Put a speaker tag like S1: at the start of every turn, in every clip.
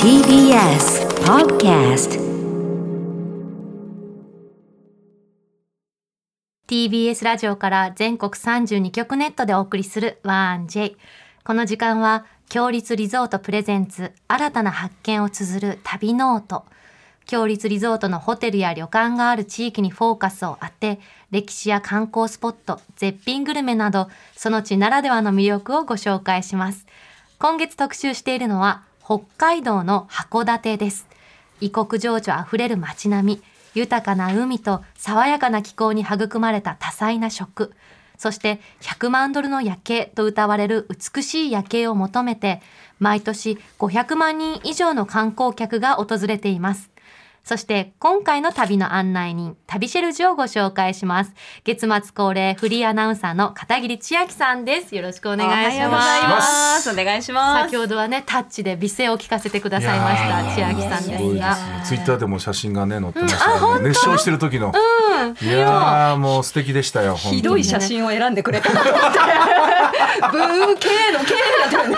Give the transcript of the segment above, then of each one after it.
S1: TBS Podcast
S2: TBS ラジオから全国32局ネットでお送りする「ワン j この時間は「強立リゾートプレゼンツ新たな発見」を綴る旅ノート強立リゾートのホテルや旅館がある地域にフォーカスを当て歴史や観光スポット絶品グルメなどその地ならではの魅力をご紹介します今月特集しているのは北海道の函館です異国情緒あふれる街並み豊かな海と爽やかな気候に育まれた多彩な食そして100万ドルの夜景と謳われる美しい夜景を求めて毎年500万人以上の観光客が訪れていますそして今回の旅の案内人旅シェルジュをご紹介します月末恒例フリーアナウンサーの片桐千秋さんですよろしくお願いします
S3: おはようございます。お願いします。
S2: 先ほどはねタッチで美声を聞かせてくださいました
S4: いや
S2: 千
S4: ー
S2: 秋さんですが
S4: ごいねツイッターでも写真がね載ってましたね、熱唱してる時の、いやーもう素敵でしたよ本当に
S3: ひどい写真を選んでくれたなって。ブ ー系の系だったね。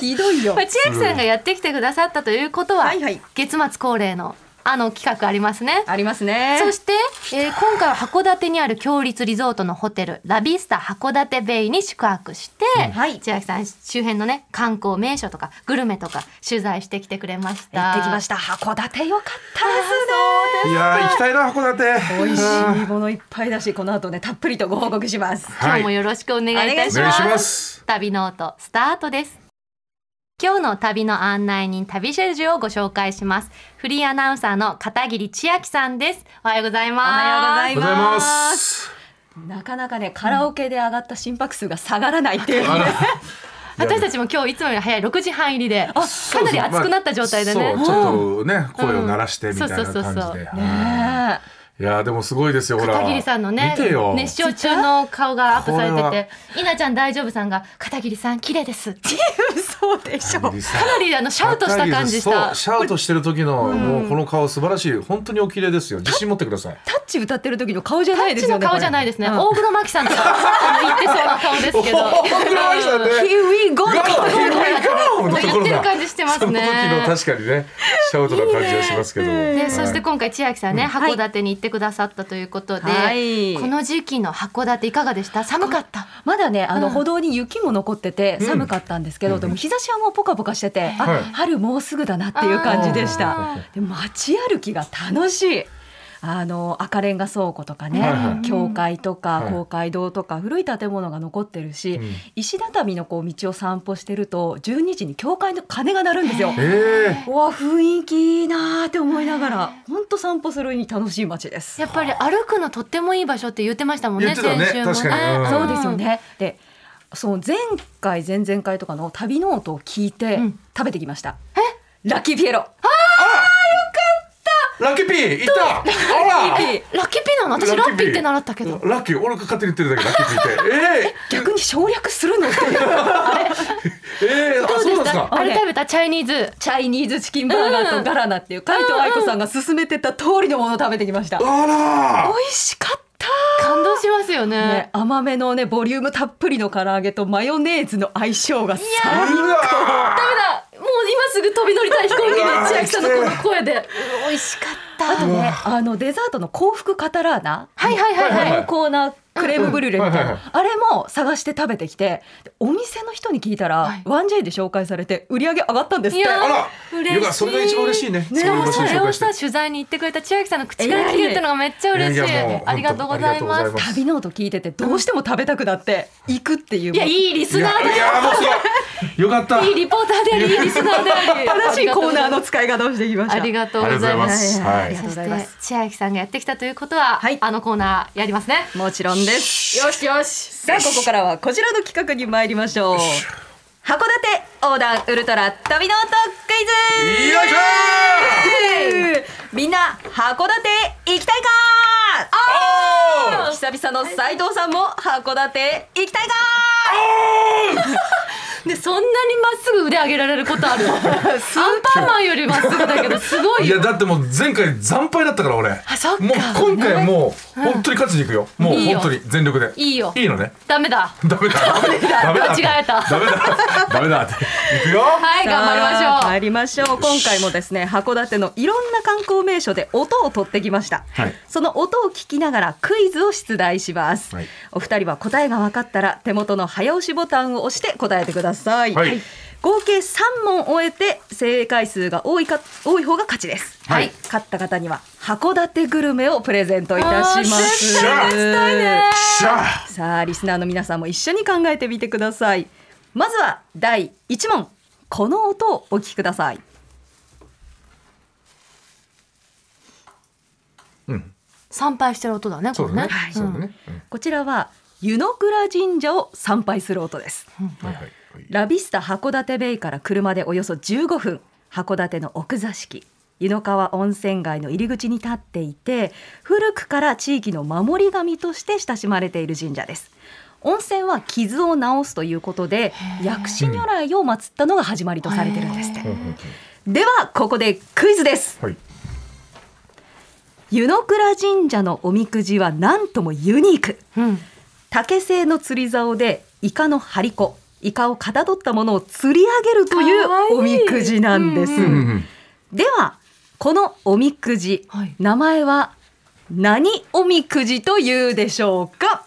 S3: ひどいよ
S2: まあ、。千秋さんがやってきてくださったということは、
S3: はいはい
S2: 月末恒例のあの企画ありますね。
S3: ありますね。
S2: そして、えー今回は函館にある強立リゾートのホテルラビスタ函館ベイに宿泊して、
S3: はい
S2: 千秋さん周辺のね観光名所とかグルメとか取材してきてくれました。
S3: やってきました。函館よかった
S4: いやー行きたいな函
S3: で
S4: 館
S3: す。美
S4: うん
S3: 味しいものいっぱいだし、この後ねたっぷりとご報告します。
S2: 今日も
S4: はい
S2: よろしくお願いいたし
S4: お願
S2: ま
S4: い
S2: す。
S4: します
S2: 旅ノートスタートです今日の旅の案内人旅シェルジュをご紹介しますフリーアナウンサーの片桐千秋さんですおはようございます
S3: おはようございう
S4: おはよござい
S3: ま。
S4: ますす
S3: なかなかねカラオケで上がった心拍数が下がらないっていうね。
S2: 私たちも今日いつもより早い6時半入りで
S4: そ
S2: かな
S4: うです
S2: り
S4: ね
S2: 暑くなった状態でね、
S4: まあそうちょっとね声を鳴らして
S2: うん
S4: みたいな感じで、
S2: そうそうそうそうね
S3: ね
S4: いやーでもすごいですよほら
S2: 片桐さんのね
S4: 見てよ
S2: 熱唱中の顔がアップされ
S4: これ
S2: てて稲ちゃん大丈夫さんが片桐さん綺麗ですっていう
S3: えそうでしょ
S4: 片
S3: う。
S4: 桐さん
S2: かなりあのシャウトした感じし
S4: 片
S2: た
S4: 桐さんそうシャウトしてる時のもうこの顔素晴らしい本当にお綺麗ですよ自信持ってください
S3: タッチ歌ってる時の顔じゃない
S2: こっ
S3: で
S2: ち
S3: すよ
S2: の
S3: ね。
S2: 顔じゃないですね、
S3: これ
S2: 大黒摩季さんとかあの言ってそうな顔です けど
S4: 大黒摩季さんね
S3: うん Here we go
S4: ゴーのとこ
S2: 言っ
S4: ろだ
S2: てる感じしてますね
S4: その時の確かにね、シャウトな感じがしますけど。
S3: いいね
S4: は
S2: で
S4: い
S2: そして今回千秋さんね、
S3: い
S2: 函館に行ってくださったということで、
S3: はい
S2: この時期の函館いかがでした寒かった
S3: まだね、あの
S2: うん
S3: 歩道に雪も残ってて
S4: うん
S3: 寒かったんですけど、でも日差しはもうポカポカしてて、
S4: は
S3: あ
S4: い
S3: 春もうすぐだなっていう感じでした。
S2: あー
S3: で街歩きが楽しい。あの赤レンガ倉庫とかね、
S4: はいはい
S3: 教会とか
S4: はい
S3: 公会堂とか古い建物が残ってるし、
S4: うん
S3: 石畳のこう道を散歩してると12時に教会の鐘が鳴るんですよ。
S4: え
S3: うわ雰囲気いいなーって思いながら本当散歩するに楽しい街です。
S2: やっぱり歩くのとってもいい場所って言ってましたもんね
S4: 言ってたね
S2: 先週もね
S4: 確かにうん
S3: そうですよね。で、その前回前々回とかの旅ノートを聞いて
S2: うん
S3: 食べてきました。ラッキーピエロ。
S4: ー、ラッキーピー、いた。あら。
S2: ラッキーピーなの私ラッピーって習ったけど
S4: ラッキー、俺が勝手に言ってるだけ、ラッキー ピーって。
S3: 逆に省略するのっていう。
S4: えー、えー、あ、そうなんですか。
S2: あれ食べたチャイニーズ
S3: チャイニーズチキンバーガーとガラナっていう海藤愛子さんが勧めてた通りのものを食べてきました。美
S4: あ
S3: 味しかった。
S2: 感動しますよね
S3: ね、甘めのねボリュームたっぷりの唐揚げとマヨネーズの相性が
S4: ら。
S3: さ
S4: うわ
S2: ダメだもう今すぐ飛び乗りたい飛行機
S4: うわ
S2: で
S4: ー
S2: 千秋さんのこの声で美味しかった
S3: あとねあのデザートの幸福カタラーナ
S2: はいはいはいはい
S3: 濃厚なクレームブリュレみたい
S4: うんうん
S3: なあれも探して食べてきてお店の人に聞いた
S2: は
S3: ら
S2: い
S3: 1J で紹介されて売り上げ上がったんですっ
S2: い
S3: て
S2: や
S4: あら
S2: 嬉しい
S4: よかったそれが一番嬉しいね
S2: しかもそ
S4: そうい
S2: れ
S4: う場所に紹
S2: を
S4: 介して
S2: さ取材に行ってくれた千秋さんの口から聞けるってのがめっちゃ嬉しい
S4: いやいやもう
S2: ありがとうございま
S4: 本当ありがとうござい
S2: す
S4: ます
S3: 旅ノート聞いててどうしても食べたくなって行くっていう
S2: いやいいリ
S4: ー。
S2: ス
S4: い
S2: ナー
S4: や、いや、もうすごい。よかった。
S2: でいいリポーターでありいいリスナーであり
S3: 正しいコーナーの使い方をしてきました
S2: ありがとうございま
S4: ありがとうございますす
S3: はい
S4: はい
S3: ありがと
S2: そうし
S3: ございま
S2: て
S3: す
S2: 千秋さんがやってきたということは、
S3: はい
S2: あのコーナーやりますね
S3: もちろんです
S2: よしよし
S3: さあここからはこちらの企画に参りましょう函館横断ウルトラ旅ノートクイズ
S4: よいしょー。
S3: みんな函館行きたいか
S4: あ
S3: 久々の斉藤さんも函館行きたいか
S2: でそんなにまっすぐ腕上げられることあ るアンパンマンよりまっすぐだけどすごい
S4: いやだってもう前回惨敗だったから俺も
S2: そっ
S4: う
S2: か
S4: 今回もう本当に勝ちにいくよもう
S2: いいよ
S4: 本当に全力で
S2: いいよ
S4: いいのね
S2: ダメだ
S4: ダメだダメだ
S2: 間違えた
S4: ダメだダメだっていくよ
S2: はい頑張りまし
S3: さあ
S2: ょう
S3: 参りましょう今回もですね函館のいろんな観光名所で音を取ってきました、
S4: はい
S3: その音を聞きながらクイズを出題します、
S4: はい
S3: お二人は答えが分かったら手元の早押しボタンを押して答えてください、
S4: はい
S3: 合計3問終えて正解数が多いか多い方が勝ちです、
S4: はい
S3: 勝った方には函館グルメをプレゼントいたしま
S2: あー
S3: す
S4: 絶対勝ち
S3: たいね
S4: しゃあ
S3: さあリスナーの皆さんも一緒に考えてみてくださいまずは第1問この音をお聞きください
S4: うん
S2: 参拝してる音だね
S4: そ
S2: こ
S4: う
S2: れ
S4: だ
S2: ね
S4: ねそうだね
S3: こちらは湯の倉神社を参拝する音です
S4: うんはいはいはい
S3: ラビスタ函館ベイから車でおよそ15分函館の奥座敷湯の川温泉街の入り口に立っていて古くから地域の守り神として親しまれている神社です温泉は傷を治すということで薬師如来を祀ったのが始まりとされてるんですって
S4: うんうんうん
S3: ではここでクイズです
S4: はい
S3: 湯の倉神社のおみくじはなんともユニーク
S2: うん
S3: 竹製の釣り竿でイカの張り子イカをかたどったものを釣り上げるとい
S2: かわいうい
S3: おみくじなんです、
S2: うん
S4: うんうん
S3: ではこのおみくじ、
S2: はい
S3: 名前は何おみくじというでしょうか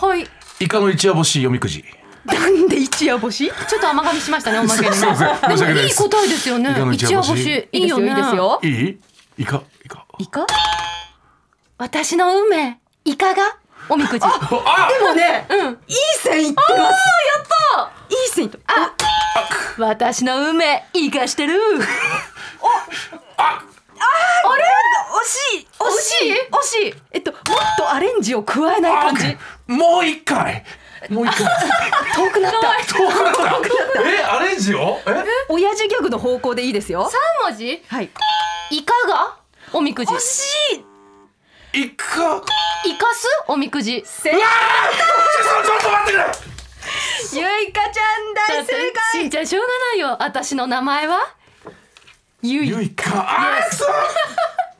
S2: はい
S4: イカの一夜干し読みくじ
S3: なんで一夜干し
S2: ちょっと甘噛みしましたねおまけにね
S4: すいません申し訳ない
S2: でもい
S4: で
S2: い
S4: す
S2: 答えですよね
S4: イカの一
S2: 一
S4: 夜
S2: 夜
S4: 干
S2: 干
S4: し
S2: し
S3: い
S2: いいよ
S3: です
S2: ね
S3: いいですよ
S4: いいイカイカ
S3: イカ
S2: 私の運命イカがおみくじ
S4: あ
S3: でもね、いい線いってますやったいい線いってあ
S2: 私の運命イカしてる
S3: 惜しい惜しい
S2: 惜しい
S3: えっともっとアレンジを加えない
S4: あ
S3: 感じ
S4: もう一回もう一回
S3: 遠くなった
S4: 遠くなったえアレンジをえ
S3: 親父ギャグの方向でいいですよ
S2: 三文字
S3: はい
S2: イカがおみくじ
S3: 惜しい
S4: イカ
S2: イカすおみくじ
S3: 正
S4: あーちょっと待ってくれ
S3: ゆいかちゃん大正解
S2: しんちゃんしょうがないよ私の名前はゆい
S4: ゆいかあーくそ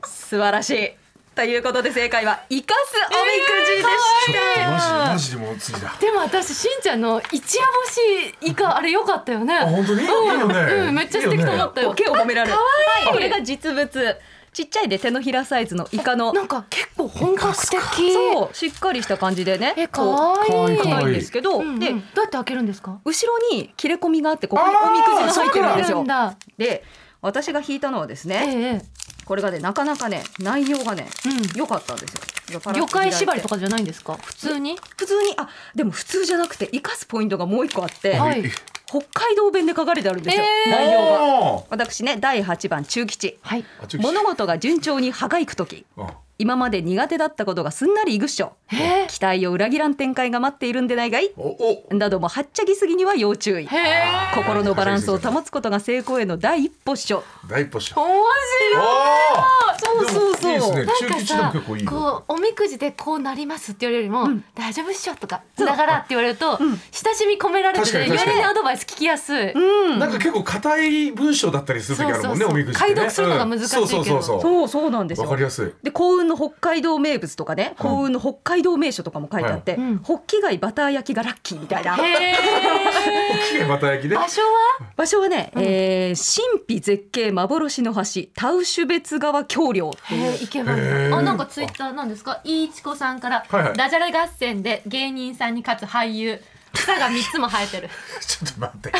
S3: 素晴らしいということで正解はイカスおみくじでした、
S4: マジマジでもう次だ
S2: でも私しんちゃんの一夜干しイカあれ良かったよね
S4: あ本当にいいよね
S2: うんめっちゃ素敵と思ったよ
S3: ボケを褒められる
S2: 可愛い
S3: はこれが実物ちっちゃいで手のひらサイズのイカの
S2: なんか結構本格的
S3: そうしっかりした感じでね
S2: え可愛い
S4: こう可愛い
S3: 硬
S4: 可
S3: い
S4: 愛
S3: んですけど、
S2: うんうん
S3: で
S2: どうやって開けるんですか
S3: 後ろに切れ込みがあってここにおみくじが入ってるんです
S2: あ
S3: よ
S2: ーそうなんだ
S3: で私が引いたのはです
S2: え
S3: ね、
S2: ええ
S3: これがねなかなかね内容がね
S2: うん
S3: 良かったんですよじゃあパ
S2: え
S3: ラッ
S2: 魚
S3: と開い
S2: 介
S3: て
S2: 縛りとかじゃないんですか普通に
S3: 普通にあでも普通じゃなくて生かすポイントがもう一個あって、
S2: はい
S3: 北海道弁で書かれてあるんですよ、
S2: えー
S3: 内容が
S4: が
S3: 私ね第8番中吉
S2: はい
S3: 物事が順調に歯がゆく時今まで苦手だったことがすんなりいぐっしょ
S2: へえ
S3: 期待を裏切らん展開が待っているんでないがい
S4: おお
S3: などもはっちゃぎすぎには要注意
S2: へえ
S3: 心のバランスを保つことが成功への第一歩っしょ
S4: 大一歩し
S2: 面白い
S3: そうそうそう
S4: いいですね
S2: なん
S4: 中
S2: か
S4: 吉でも
S2: さ
S4: 結構いいよ
S2: こうおみくじでこうなりますって言われるよりも、大丈夫っしょとかだからって言われると、親しみ込められて
S4: 確か
S2: て
S4: に確
S2: よ
S4: かに
S2: りアドバイス聞きやすい、
S4: なんか結構硬い文章だったりする時あるも
S2: そうそ
S4: んね
S2: うそう
S4: おみくじってね
S2: 解読するのが難しいけど
S4: うんそうそうそう
S3: そ
S4: そう
S3: うそうなんですよ
S4: わかりやすい
S3: で幸運の北海道名物とかね幸運の北海道名所とかも書いてあって、
S2: いうん
S3: ホッキ貝バター焼きがラッキーみたいな
S2: へえ
S4: 綺麗また焼きで
S2: 場所は
S3: 場所はね、えー神秘絶景幻の橋タウシュベツ川橋梁って
S2: へ
S3: い
S2: え
S3: う
S2: イケメ
S4: へえ
S2: ンあなんかツイッターなんですかいいちこさんから、
S4: はいはい
S2: ダジャレ合戦で芸人さんに勝つ俳優草が三つも生えて る
S4: ちょっと待って
S2: で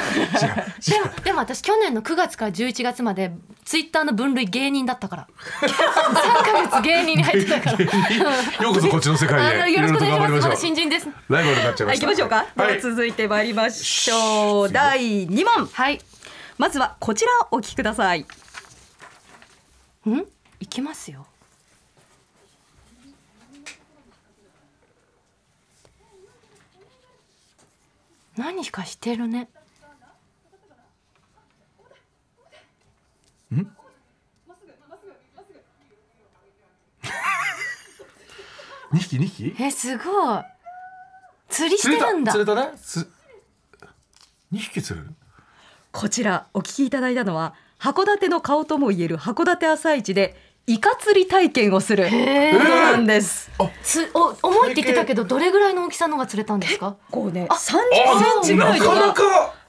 S2: もでも私去年の9月から11月までツイッターの分類芸人だったから3ヶ月芸人に入ってたから
S4: 違うようこそこっちの世界
S2: あの
S4: へい
S2: よ
S4: ろ
S2: ろしくお
S4: いろと頑張
S2: 願い
S4: り
S2: しまま
S4: ますしょう
S2: だ新人です
S4: ライバルになっちゃいま
S3: はい行
S4: した
S3: きましょうか、
S4: は
S3: で
S4: い
S3: は続いてまいりましょう第2問
S2: はい
S3: まずはこちらをお聞きください
S2: ん行きますよ何かしてるね
S4: 二匹二匹
S2: えすごい釣りし
S4: 釣
S2: て
S4: れた
S2: るんだ
S4: 釣れたねつ2匹釣れる
S3: こちらお聞きいただいたのは函館の顔ともいえる函館朝市でイカ釣り体験をすることなんです。
S2: つお重いって言ってたけどどれぐらいの大きさのが釣れたんですか
S3: こうね、
S2: あ
S3: 30センチぐらいの
S4: なかな
S3: が
S4: か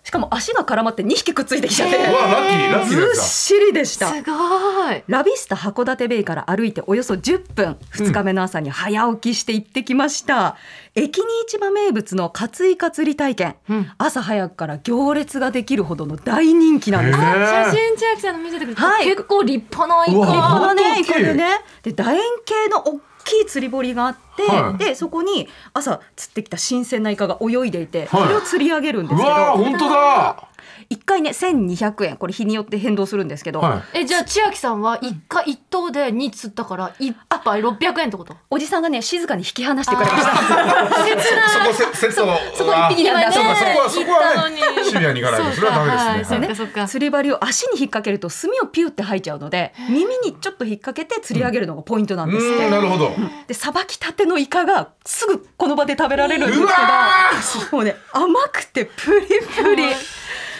S3: しかも足が絡まって2匹くっついてきちゃっ
S4: う
S3: て
S4: わラッキーラッキ
S3: ず
S4: ーなや
S3: っ
S4: つだ
S3: しりでし
S2: す
S3: た。
S2: ごい
S3: ラビスタ函館ベイから歩いておよそ10分2日目の朝に早起きして行ってきました、駅に市場名物のカツイカ釣り体験、
S2: うん
S3: 朝早くから行列ができるほどの大人気なんです
S4: へえ
S2: 写真千秋さんの見せてくれた、
S3: はい
S2: 結構立派なイ
S4: う
S2: カ
S4: わ
S3: 立派なね
S4: 本
S3: イ
S4: 当
S3: カ
S4: 大きい
S3: でねで楕円形の大きい釣り堀があって、
S4: はい
S3: でそこに朝釣ってきた新鮮なイカが泳いでいて、
S4: はい
S3: それを釣り上げるんです
S4: う
S3: け
S4: わ
S3: ど
S4: 本当だ
S3: 1回ね1200円これ日によって変動するんですけど、
S4: はい
S2: えじゃあ千秋さんは一回一頭で2釣ったから一杯600円ってこと
S3: おじさんがね静かに引き離してくれ ました。
S4: そこセセット
S3: そこ一匹に
S4: に
S3: なんだ
S4: そうかそこはそこはね
S2: 行ったのに
S4: シビアに行かないとそれはダメですね
S2: はいそっかそっ
S4: はい
S2: か
S3: 釣り針を足に引っ掛けると墨をピュって吐いちゃうので耳にちょっと引っ掛けて釣り上げるのがポイントなん
S4: う
S3: ですっ
S4: ーんな
S3: て
S4: るほど
S3: でさばきたてのイカがすぐこの場で食べられるんです
S4: うわ
S3: けどもうね甘くてプリプリ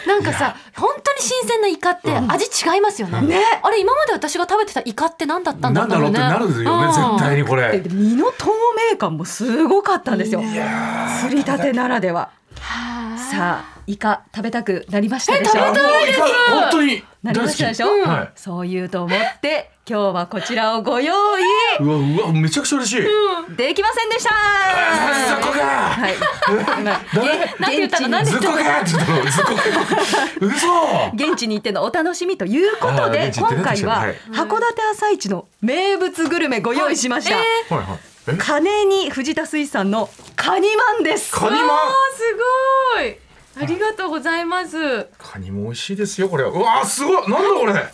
S2: なんかさ本当に新鮮なイカって味違いますよね,、
S3: ね
S2: あれ今まで私が食べてたイカって何だったんだ
S4: なんだろ
S2: ろ
S4: う
S2: う
S4: って
S2: ね
S4: なるよね
S2: うん
S4: 絶対にこれ
S3: で身の透明感もすごかったんですよ釣りたてならでは
S2: はい
S3: さあイカ食べたくなりましたでしょ
S4: あもういか本当に
S3: なりま
S4: 大好
S3: したで
S4: き
S3: しょ、
S4: んはい
S3: そう言うと思って今日はこちらをご用意
S4: うわうわめちゃくちゃ嬉しい
S3: できませんでした
S4: あそこが
S3: はい。
S4: ダメ
S3: 今げん現地に
S4: ずっこけって言ったのずっこけ嘘
S3: 現地に行ってのお楽しみということ
S4: はい
S3: で、
S4: 現地行
S3: 今
S4: って
S3: 回
S4: ね
S3: は
S4: 確
S3: 函館朝市の名物グルメご用意しました。
S4: はいはいえ
S3: カネに藤田水産のカニマンです。
S4: カニマン
S2: すごいありがとうございます
S4: カニも美味しいですよこれうわすごいなんだこれあ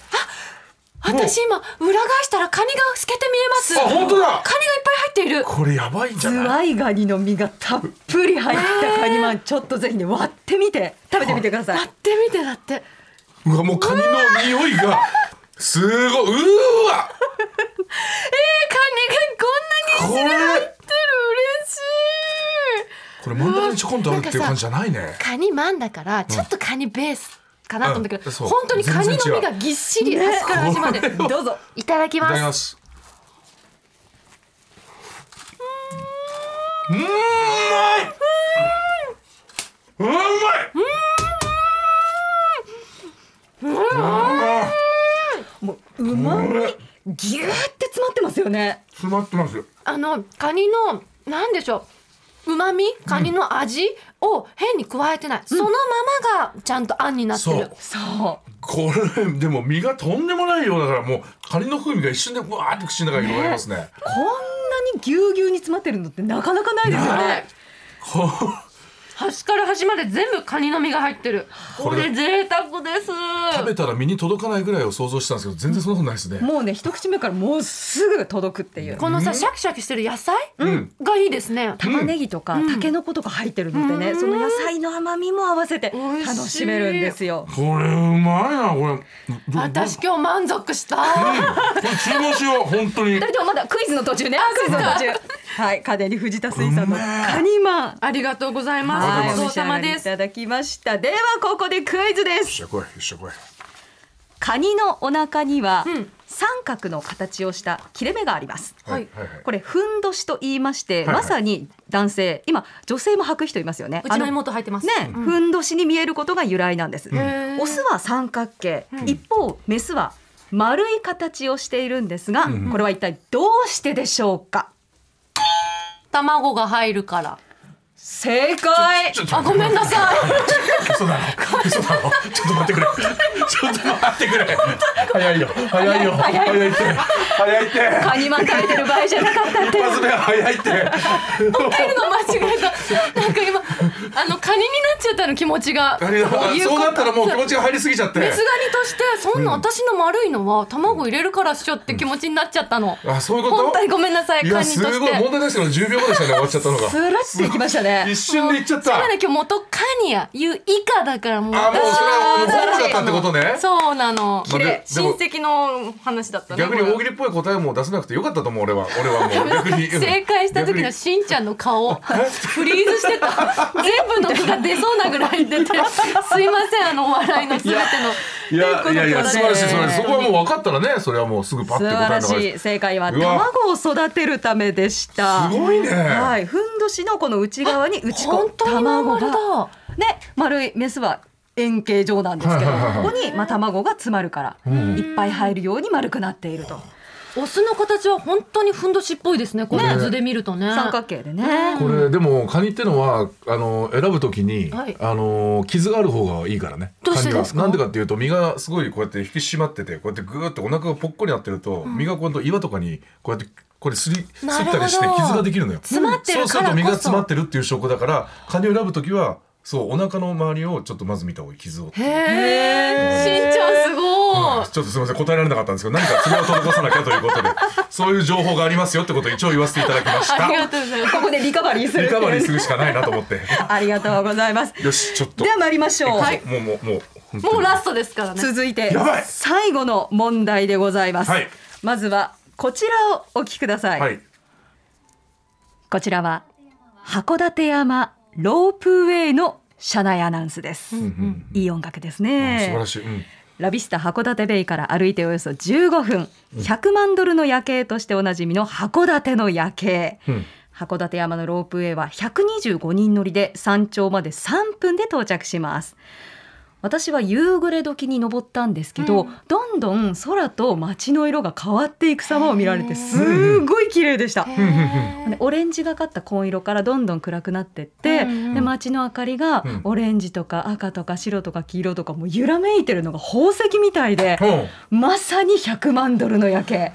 S2: 私今裏返したらカニが透けて見えます
S4: 本当だ
S2: カニがいっぱい入っている
S4: これやばいんじ
S3: ズ
S4: ゃない
S3: ワイガニの身がたっぷり入ったカニ マン、ちょっとぜひね割ってみて食べてみてください。
S2: やってみてだって
S4: うわもうカニの匂いがすごいうーわ
S2: カニがこんなに
S4: これ
S2: 入ってる嬉しい
S4: これ真ん中にちょこんとあるっていう感じじゃないね
S2: カニマンだからちょっとカニベースかなと思ったけど、
S4: うんそう
S2: 本当にカニの身がぎっしり
S3: 全然違う
S2: 端から端まで、
S4: ね
S3: どうぞ。
S2: いただき
S4: いた
S2: ま
S4: だ
S2: す
S4: きますうーんうまいうまいうまい
S3: もううまみぎゅーって詰まってますよね。
S4: 詰まってます
S2: あのカニのなんでしょううまみカニの味を変に加えてない、そのままがちゃんとあんになって
S4: そ
S2: る
S4: う
S3: そう。
S4: これでも身がとんでもないようだからもうカニの風味が一瞬でうわーって口の中に広がりますね
S3: こんなにぎゅうぎゅうに詰まってるのってなかなかないですよね。
S4: こ
S2: 端から端まで全部カニの身が入ってる
S4: これ
S2: 贅沢です
S4: 食べたら身に届かないぐらいを想像してたんですけど全然そんなことないですね、
S3: もうね一口目からもうすぐ届くっていう。
S2: このさシャキシャキしてる野菜、
S4: うん
S2: がいいですね
S3: 玉ねぎとか、タケノコとか入ってるのでね、その野菜の甘みも合わせて
S2: 美味しい
S3: 楽しめるんですよ。
S4: これうまいなこれど
S2: 私今日満足した
S4: これ注文しよう本当に
S3: 二人ともまだクイズの途中ね。クイズの途中。はい、家電に藤田水産のカニマン。
S2: ありがとうござい
S4: あり
S2: ま
S4: が
S2: す
S4: と
S2: ご
S4: う
S2: ちそうさまで
S3: い
S2: す
S3: ただきました。ではここでクイズです。
S4: よっしゃ来いよっしゃ来い
S3: カニのお腹には、
S2: うん
S3: 三角の形をした切れ目があります。
S2: はい
S4: はいはい
S3: これふんどしと言いまして、
S4: いはい
S3: まさに男性今女性も履く人いますよね
S2: うちの
S3: あ
S2: 妹入ってます
S3: ね、ふんどしに見えることが由来なんです、
S2: へー
S3: オスは三角形、一方メスは丸い形をしているんですが、
S4: ん
S3: これは一体どうしてでしょうか
S2: 卵が入るから
S3: 正解
S4: ちょっと
S2: あごめんなさい
S4: 嘘だろ嘘だろちょっと待ってくれちょっと待ってくれ早いよ早いよ
S3: 早い
S4: 早いって早いって
S3: カニマン食べてる場合じゃなか ったって
S4: 一発目は早いって
S2: 入るの間違えた。なんか今、あのカニになっちゃったの気持ちが。
S4: ありがとう
S2: こいこ
S4: そう
S2: と
S4: なったらもう気持ちが入りすぎちゃって
S2: メスガニとして、そんな私の丸いのは、卵入れるからっしょって気持ちになっちゃったの。
S4: あそういうこと
S2: 本当にごめんなさい、
S4: い
S2: カニ
S4: や
S2: とし
S4: す
S2: て。
S4: ごい問題出したの10秒 後でしたね終わっちゃったの
S3: ス
S4: が
S3: ラッていきましたね
S4: 一瞬でいっちゃった
S2: 今ね、今日元カニや、いう以下だから、もう
S4: あもうそれはもう
S2: 私
S4: 分かっ
S2: は
S4: たってことね
S2: そうなの。
S4: まあでで
S2: 親
S4: も
S2: 戚の話だったね。
S4: 逆に大
S2: 利。
S4: 喜利っぽい答えも出せなくてよかったと思う俺は俺はもう 逆に
S2: 正解した時のしんちゃんの顔フリーズしてた全部の具が出そそうなぐらい出てすいませんあのお笑いのすべて
S4: いやいやいや
S2: と
S4: 素
S2: いうこと
S4: 晴ら
S2: で
S4: しい素晴らしいそこはもう分かったらねそれはもうすぐパッ
S3: 素
S4: て
S3: 晴
S4: 答え
S3: ら
S4: なが
S3: し
S4: ら
S3: い正解は
S4: うわ
S3: 卵を育てるためでした
S4: すごいね
S3: はいふんどしのこの内側に打ち
S2: の
S3: 込
S2: 本
S3: ん
S2: 当にまん
S3: 卵
S2: 丸
S3: が
S2: だ
S3: ね丸いメスは円形状なんですけど
S4: はいはいはいはい
S3: ここにまあ卵が詰まるから
S4: ん
S3: いっぱい入るように丸くなっていると
S2: オスの形は本当にふんどしっぽいですねこれ
S4: ね
S2: 図で見るとね
S3: 三角形でね
S4: これでもカニってのはあの選ぶときに、
S2: はい
S4: あの傷がある方がいいからね。
S2: どうしてですか
S4: カニはなんでかっていうと身がすごいこうやって引き締まっててこうやってグーってお腹がぽっこりなってると、身が今度岩とかにこうやってこれすりすっ
S2: なるほど
S4: たりして傷ができるのよ。
S2: 詰まってるからこそ
S4: そうすると身が詰まってるっていう証拠だからカニを選ぶときはそうお腹の周りをちょっとまず見た方がいい傷を。
S2: へえしんちゃんすごい
S4: ちょっとすみません答えられなかったんですけど何か爪を届かさなきゃということで そういう情報がありますよってことを一応言わせていただきまし
S2: あり
S4: た
S2: がとうございます
S3: ここでリカバリーする
S4: リ
S3: ってい
S4: カ
S3: う
S4: バリーするしかないなと思って
S3: ありがとうございます
S4: よしちょっと
S3: では参りましょう、
S4: はい、もうもうもう本当に
S2: もうラストですからね
S3: 続いて
S4: やばい
S3: 最後の問題でございます、
S4: はい
S3: まずはこちらをお聞きください、
S4: はい
S3: こちらは函館山ロープウェイの車内アナウンスです、
S4: うんうん
S3: いい音楽です
S4: うん素
S3: ね
S4: 晴らしい、うん、
S3: ラビスタ函館ベイから歩いておよそ15分100万ドルの夜景としておなじみの函館の夜景、
S4: うん
S3: 函館山のロープウェイは125人乗りで山頂まで3分で到着します私は夕暮れ時に登ったんですけど、
S2: うん
S3: どんどん空と街の色が変わっていく様を見られてすごい綺麗でした、
S4: うんうん
S3: でオレンジがかった紺色からどんどん暗くなってって、
S2: うんうん
S3: で街の明かりが
S4: うん
S3: オレンジとか赤とか白とか黄色とかもう揺らめいてるのが宝石みたいで、
S4: うん
S3: まさに100万ドルの夜景。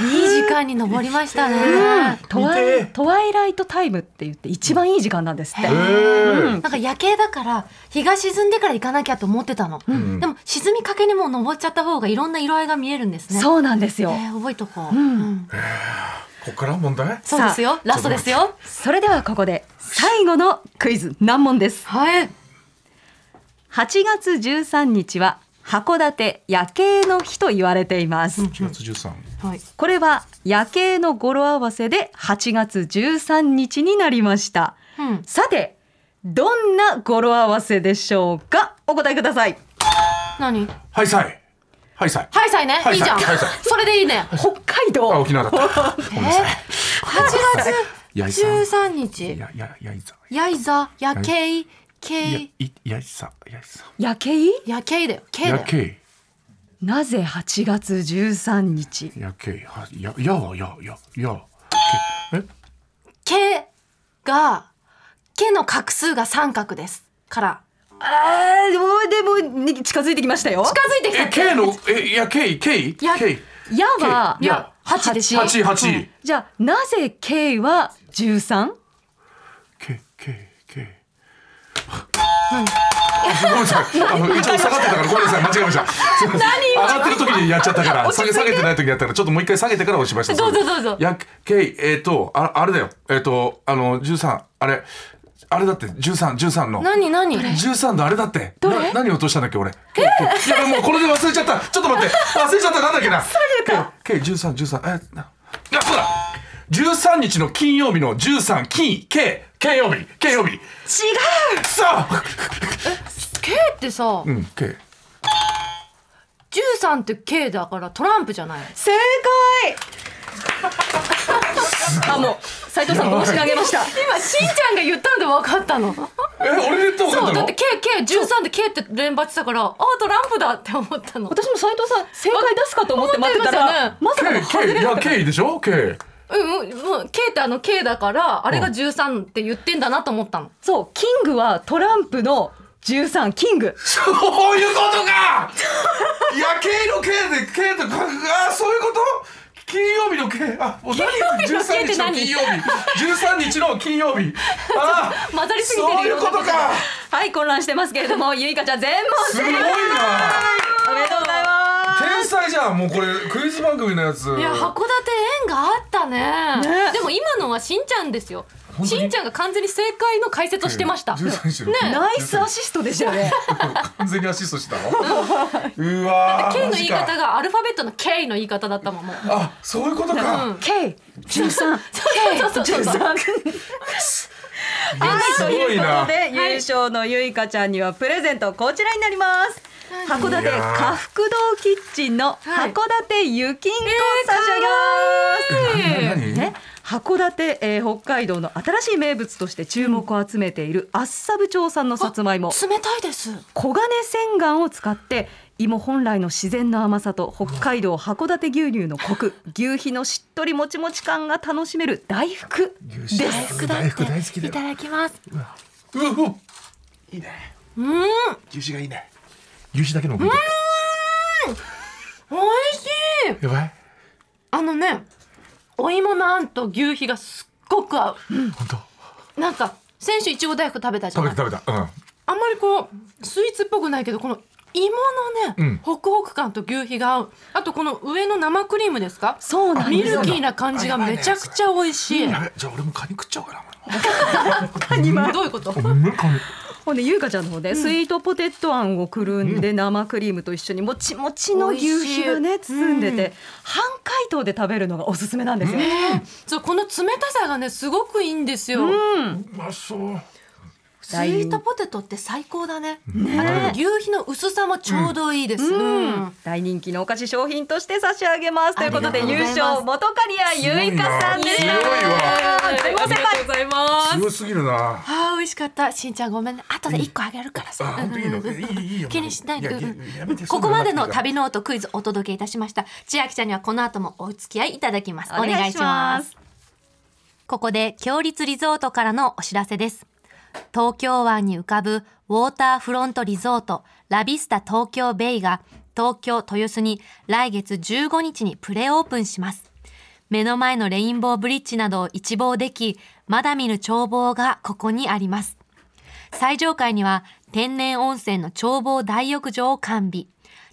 S2: いい時間に登りましたね、
S3: トワ
S4: 見て
S3: イトワイライトタイムって言って一番いい時間なんですって。
S4: へー
S3: うん
S2: なんか夜景だから日が沈んでから行かなきゃと思ってたの、
S4: ん
S2: でも沈みかけにもう登っちゃった方がいろんな色合いが見えるんですねう、
S3: そうなんですよ。
S2: えー覚えとこう、
S3: うん
S2: うん
S4: こっから問題
S2: そうですよラストですよ
S3: それではここで最後のクイズ難問です。
S2: はい
S3: 8月13日は函館夜景の日と言われています。
S4: 1月13
S2: はい
S3: これは夜景の語呂合わせで8月13日になりました。
S2: うん
S3: さて、どんな語呂合わせでしょうかお答えください。
S2: 何
S4: はいさいはいさい
S2: ハイサイね、
S4: ハ
S2: い
S4: イ
S2: い
S4: サイ
S2: じゃん
S4: ハイサイ
S2: それでいいね
S3: 北海
S4: あ
S3: 道
S4: 沖縄だったごめんなさい
S2: 8
S4: やい
S2: 月
S4: さん
S2: 13日
S4: やややいざ
S2: やいざ夜景
S4: や
S2: けい
S4: いやいさやいさ
S3: 夜景
S2: 夜景だよけだ
S4: や
S2: よ
S4: けい
S3: なぜ8月13日
S4: やけいはややはやややけえ
S2: けがけの画数が三角ですから
S3: あーでもでも、ね近づいてきましたよ。
S2: 近づいてきた
S4: えけいのえやけいけい
S2: や
S4: けい
S3: やは、
S4: けいや
S2: 八でし
S4: 八八
S3: じゃあなぜ K は 13?
S4: けけけごめんなさい。あの一応下がってたからごめんなさい間違えました。すいません上がってる時にやっちゃったから下げ下げてない時だったからちょっともう一回下げてから押しました。
S2: どうぞどうぞ
S4: やけいえっ、とああれだよえっ、とあの十三あれあれだって十三十三の。
S2: 何何
S4: 十三のあれだって。な何落としたんだっけ俺。いやもうこれで忘れちゃった。ちょっと待って忘れちゃったなんだっけな。下げた。けい十三十三えなあそうだ。十三日の金曜日の十三金け金曜日金曜日。
S3: 違う
S4: さあ。
S2: けってさ
S4: うんけ。
S2: 十三ってけだからトランプじゃない
S3: 正解 あ、もう、斉藤さん申し上げました。
S2: 今しんちゃんが言ったんで分かったの
S4: え俺で言ったこと
S2: そ
S4: あ
S2: う
S4: る
S2: だ
S4: の
S2: ってけけ十三でけって連発したからあトランプだって思ったの
S3: 私も斉藤さん正解出すかと思って待ってたらまさかの外
S4: K
S3: れ
S4: K いや K でしょ K
S2: うんうんもうけってあのけだからあれが十三って言ってんだなと思ったの
S3: そうキングはトランプの13キング
S4: そういうことかいや K の K で K とかあそういうこと金曜日の K あもう何
S2: 金曜日の K って何
S4: 13日の金曜日13日の金曜日ああ
S2: 混ざりすぎてる
S4: そういうこと
S2: いろんな
S4: か
S3: はい混乱してますけれどもゆいかちゃん全問
S4: す
S3: 正
S4: ごいな
S3: 解おめでとうございます
S4: 天才じゃんもうこれクイズ番組のやつ
S2: いや函館縁があったね
S3: ね
S2: でも今のはしんちゃんですよ
S4: 本当に
S2: しんちゃんが完全に正解の解説をしてました
S4: 13日の
S2: ね
S3: ナイスアシストでしたよね
S4: 完全にアシストしたのうわー
S2: K の言い
S4: マ
S2: 方
S4: ジか
S2: がアルファベットの K の言い方だったもん もう
S4: あそういうことか、
S2: うん
S3: K13
S2: そうそうそうそう
S3: K13
S4: すごいな
S3: と。いうことで、優勝のゆいかちゃんにはプレゼントこちらになります。函
S4: い
S3: 館
S4: やー
S3: 下福堂キッチンの
S2: はい
S3: 函館ゆきんこ差し上げます。
S4: な何
S3: ね、函館、えー北海道の新しい名物として注目を集めている厚沢部町産のさつまいも
S2: 冷たいです。
S3: 黄金洗顔を使って芋本来の自然の甘さと北海道函館牛乳のコク牛皮のしっとりもちもち感が楽しめる大福
S4: 牛脂
S2: 大福だっ
S4: 大福大好き
S2: て。い
S4: だよ
S2: ただきます。
S4: うわうわいいね
S2: うん、
S4: 牛脂がいいね牛脂だけのも食い
S2: 美味しい。
S4: たいやばい
S2: あのね、お芋のあんと牛皮がすっごく合
S4: 本当
S2: う。なんか先週いちご大福食べたじゃ
S4: 食べ
S2: ない
S4: た。食べたうん
S2: あんまりこうスイーツっぽくないけどこの芋のね、
S4: うん
S2: ホクホク感と牛皮が合うあとこの上の生クリームですか
S3: そうなん
S2: ミ
S3: で
S2: ル
S3: す
S2: キーな感じがめちゃくちゃ美味しい、
S4: やべじゃあ俺もカニ食っちゃおうか
S2: どういうこと
S4: なうめえカニ
S3: ほんで優香ちゃんの方で、スイートポテトあんをくるんで生クリームと一緒にもちもちの牛皮が
S2: 美
S3: ね
S2: 味しい
S3: 包んでて、半解凍で食べるのがおすすめなんですよ、
S2: そうこの冷たさがねすごくいいんですよ、
S4: うまそう
S2: スイートポテトって最高だねあ
S3: ね
S2: と牛皮の薄さもちょうどいいです、うん
S3: 大人気のお菓子商品として差し上げますということで
S2: ありがと
S3: 優
S2: うございます
S3: 勝元刈谷ゆいかさんでした
S4: 強いわ
S3: 大
S2: あ
S3: 先
S2: りが
S3: 輩
S2: とうございます
S4: 強すぎるな
S2: あー美味しかったしんちゃんごめんね後で一個あげるから
S4: あ
S2: さ、
S4: 本当いいのいいいいよ
S5: 気にしないで
S4: やややめて
S5: ここまでの
S4: そんな
S5: 旅ノートクイズお届けいたしました千秋ちゃんにはこの後もお付き合いいただきますお
S3: お
S5: 願
S3: 願
S5: い
S3: い
S5: し
S3: し
S5: ま
S3: ますす
S5: ここで強立リゾートからのお知らせです東京湾に浮かぶウォーターフロントリゾートラビスタ東京ベイが東京豊洲に来月15日にプレオープンします目の前のレインボーブリッジなどを一望できまだ見ぬ眺望がここにあります最上階には天然温泉の眺望大浴場を完備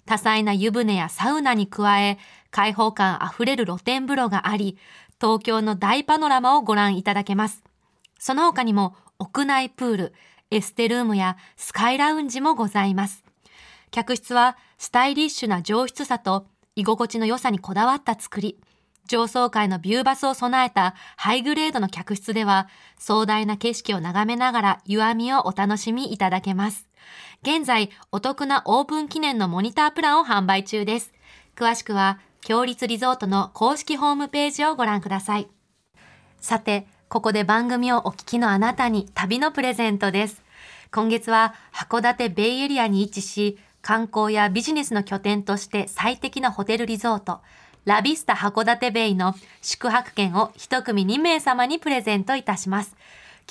S5: 多彩な湯船やサウナに加え開放感あふれる露天風呂があり東京の大パノラマをご覧いただけますその他にも屋内プールエステルームやスカイラウンジもございます客室はスタイリッシュな上質さと居心地の良さにこだわった作り上層階のビューバスを備えたハイグレードの客室では壮大な景色を眺めながら湯あみをお楽しみいただけます現在お得なオープン記念のモニタープランを販売中です詳しくは強立リゾートの公式ホームページをご覧くださいさて、ここで番組をお聞きのあなたに旅のプレゼントです。今月は函館ベイエリアに位置し、観光やビジネスの拠点として最適なホテルリゾート、ラビスタ函館ベイの宿泊券を一組2名様にプレゼントいたします。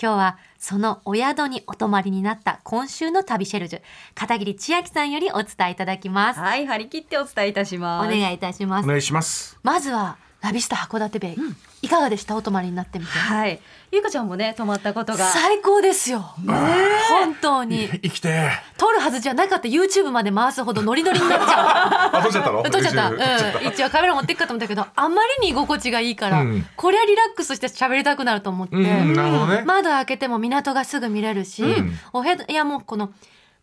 S5: 今日はそのお宿にお泊まりになった今週の旅シェルジュ、片桐千秋さんよりお伝えいただきます。
S3: はい張り切ってお伝えいたし
S5: お
S3: ます
S5: 願いいたしま
S4: お
S5: す。
S4: 願いします
S2: まずはラビスタ函館ベイ、いかがでしたお泊まりになってみて
S3: はいゆいかちゃんもね泊まったことが
S2: 最高ですよ、本当に
S4: 生きて
S2: 撮るはずじゃなかった YouTube まで回すほどノリノリになっちゃう
S4: あ取っちゃったの
S2: 撮っちゃった、
S4: 取っちゃっ
S2: うん、一応カメラ持ってっかと思ったけどあまりに居心地がいいから、
S4: うん
S2: これはリラックスして喋りたくなると思って、
S4: うんなるほどね
S2: 窓開けても港がすぐ見れるし、
S4: ん
S2: お部屋もうこの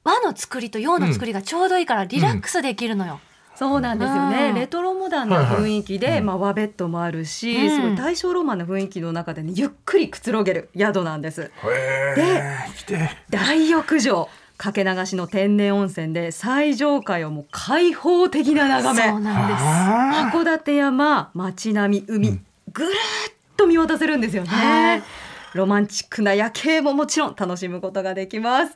S2: 和の作りと洋の作りがちょうどいいからリラックスできるのよ、
S3: そうなんですよ
S2: う
S3: ね
S2: ん
S3: レトロモダンな雰囲気で、まあ、和ベッドもあるし、
S2: うん
S3: すごい大正ロマンな雰囲気の中で、ね、ゆっくりくつろげる宿なんです
S4: へえ生きて
S3: 大浴場かけ流しの天然温泉で最上階はもう開放的な眺
S2: そう
S3: め
S2: なんです
S4: あ
S3: 函館山街並み海、ぐるっと見渡せるんですよねロマンチックな夜景ももちろん楽しむことができます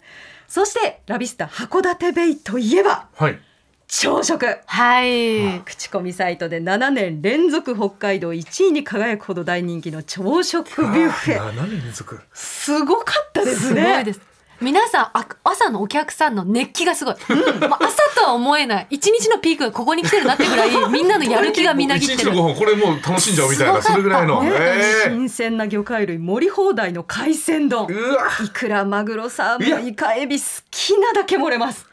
S3: そしてラビスタ函館ベイといえば
S4: ーはい
S3: 朝食
S2: はい
S3: 口コミサイトで7年連続北海道1位に輝くほど大人気の朝食ビュッフェ
S4: あー何年連続
S3: すごかったです
S2: すごい
S3: ね
S2: です。皆さんあ朝のお客さんの熱気がすごい、まあ、朝とは思えない一日のピークがここに来てるなってぐら いみんなのやる気がみなぎって
S4: もう一日の
S2: る
S4: ご飯これもう楽しんじゃおうみたいな
S2: す
S4: それ
S2: ご
S4: ぐ
S2: かった
S4: らいの
S3: ね
S4: へー
S3: 新鮮な魚介類盛り放題の海鮮丼
S4: うわ
S3: いくらマグロサ
S4: い
S3: ー
S4: や
S3: モンイカエビ好きなだけ盛れます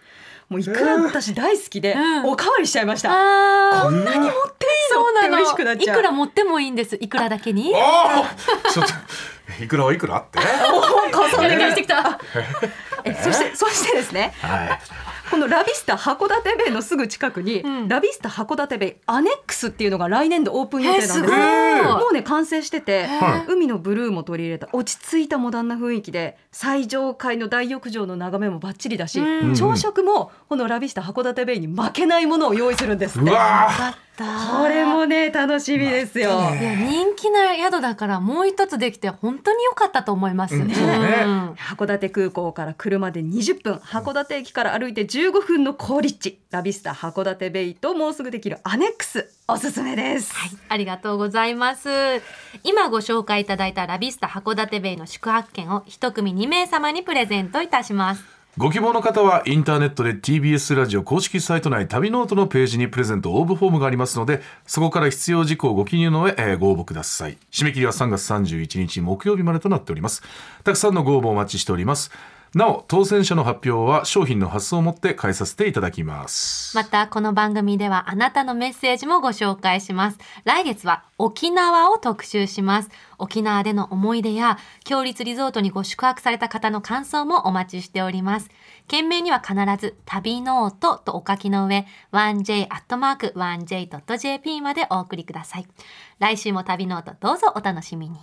S3: もういくら私大好きで
S2: うん
S3: おかわりしちゃいました、
S2: あー
S4: こんなにも
S3: 持って
S2: そう
S3: いいのって
S2: な
S3: 嬉しくな
S2: の
S3: っ
S2: い
S3: ちゃう
S2: くら持ってもいいんですいくらだけに
S4: ああちょっといくらはいくらって
S3: お重
S2: や
S3: ね
S2: り返
S3: る
S2: してきた
S3: えそしてそしてですね
S4: はい
S3: ここのラビスタ函館ベイのすぐ近くに、
S5: ん
S3: ラビスタ函館ベイアネックスっていうのが来年度オープン予定なんです
S5: えーす
S3: よ
S5: ごい
S3: もうね完成してて、
S4: は
S3: 海のブルーも取り入れた落ち着いたモダンな雰囲気で最上階の大浴場の眺めもバッチリだし、
S5: うん
S3: 朝食もこのラビスタ函館ベイに負けないものを用意するんですっ
S4: う
S3: て
S4: わー
S5: かった
S3: これもね楽しみですよ。
S4: また
S5: い
S4: ね
S5: や人気な宿だからもう一つできて本当に良かったと思いま す、
S4: うんそうね
S5: ん
S3: 函館空港から車で20分函館駅から歩いて15分の好立地ラビスタ函館ベイともうすぐできるアネックスおすすめです、
S5: ありがとうございます。今ご紹介いただいたラビスタ函館ベイの宿泊券を一組2名様にプレゼントいたします。
S4: ご希望の方はインターネットで TBS ラジオ公式サイト内旅ノートのページにプレゼント応募フォームがありますのでそこから必要事項をご記入の上、えーご応募ください締め切りは3月31日木曜日までとなっておりますたくさんのご応募お待ちしておりますなお当選者の発表は商品の発送をもって返させていただきます
S5: またこの番組ではあなたのメッセージもご紹介します来月は沖縄を特集します沖縄での思い出や強立リゾートにご宿泊された方の感想もお待ちしております件名には必ず旅ノートとお書きの上 1j.1j.jp までお送りください来週も旅ノートどうぞお楽しみに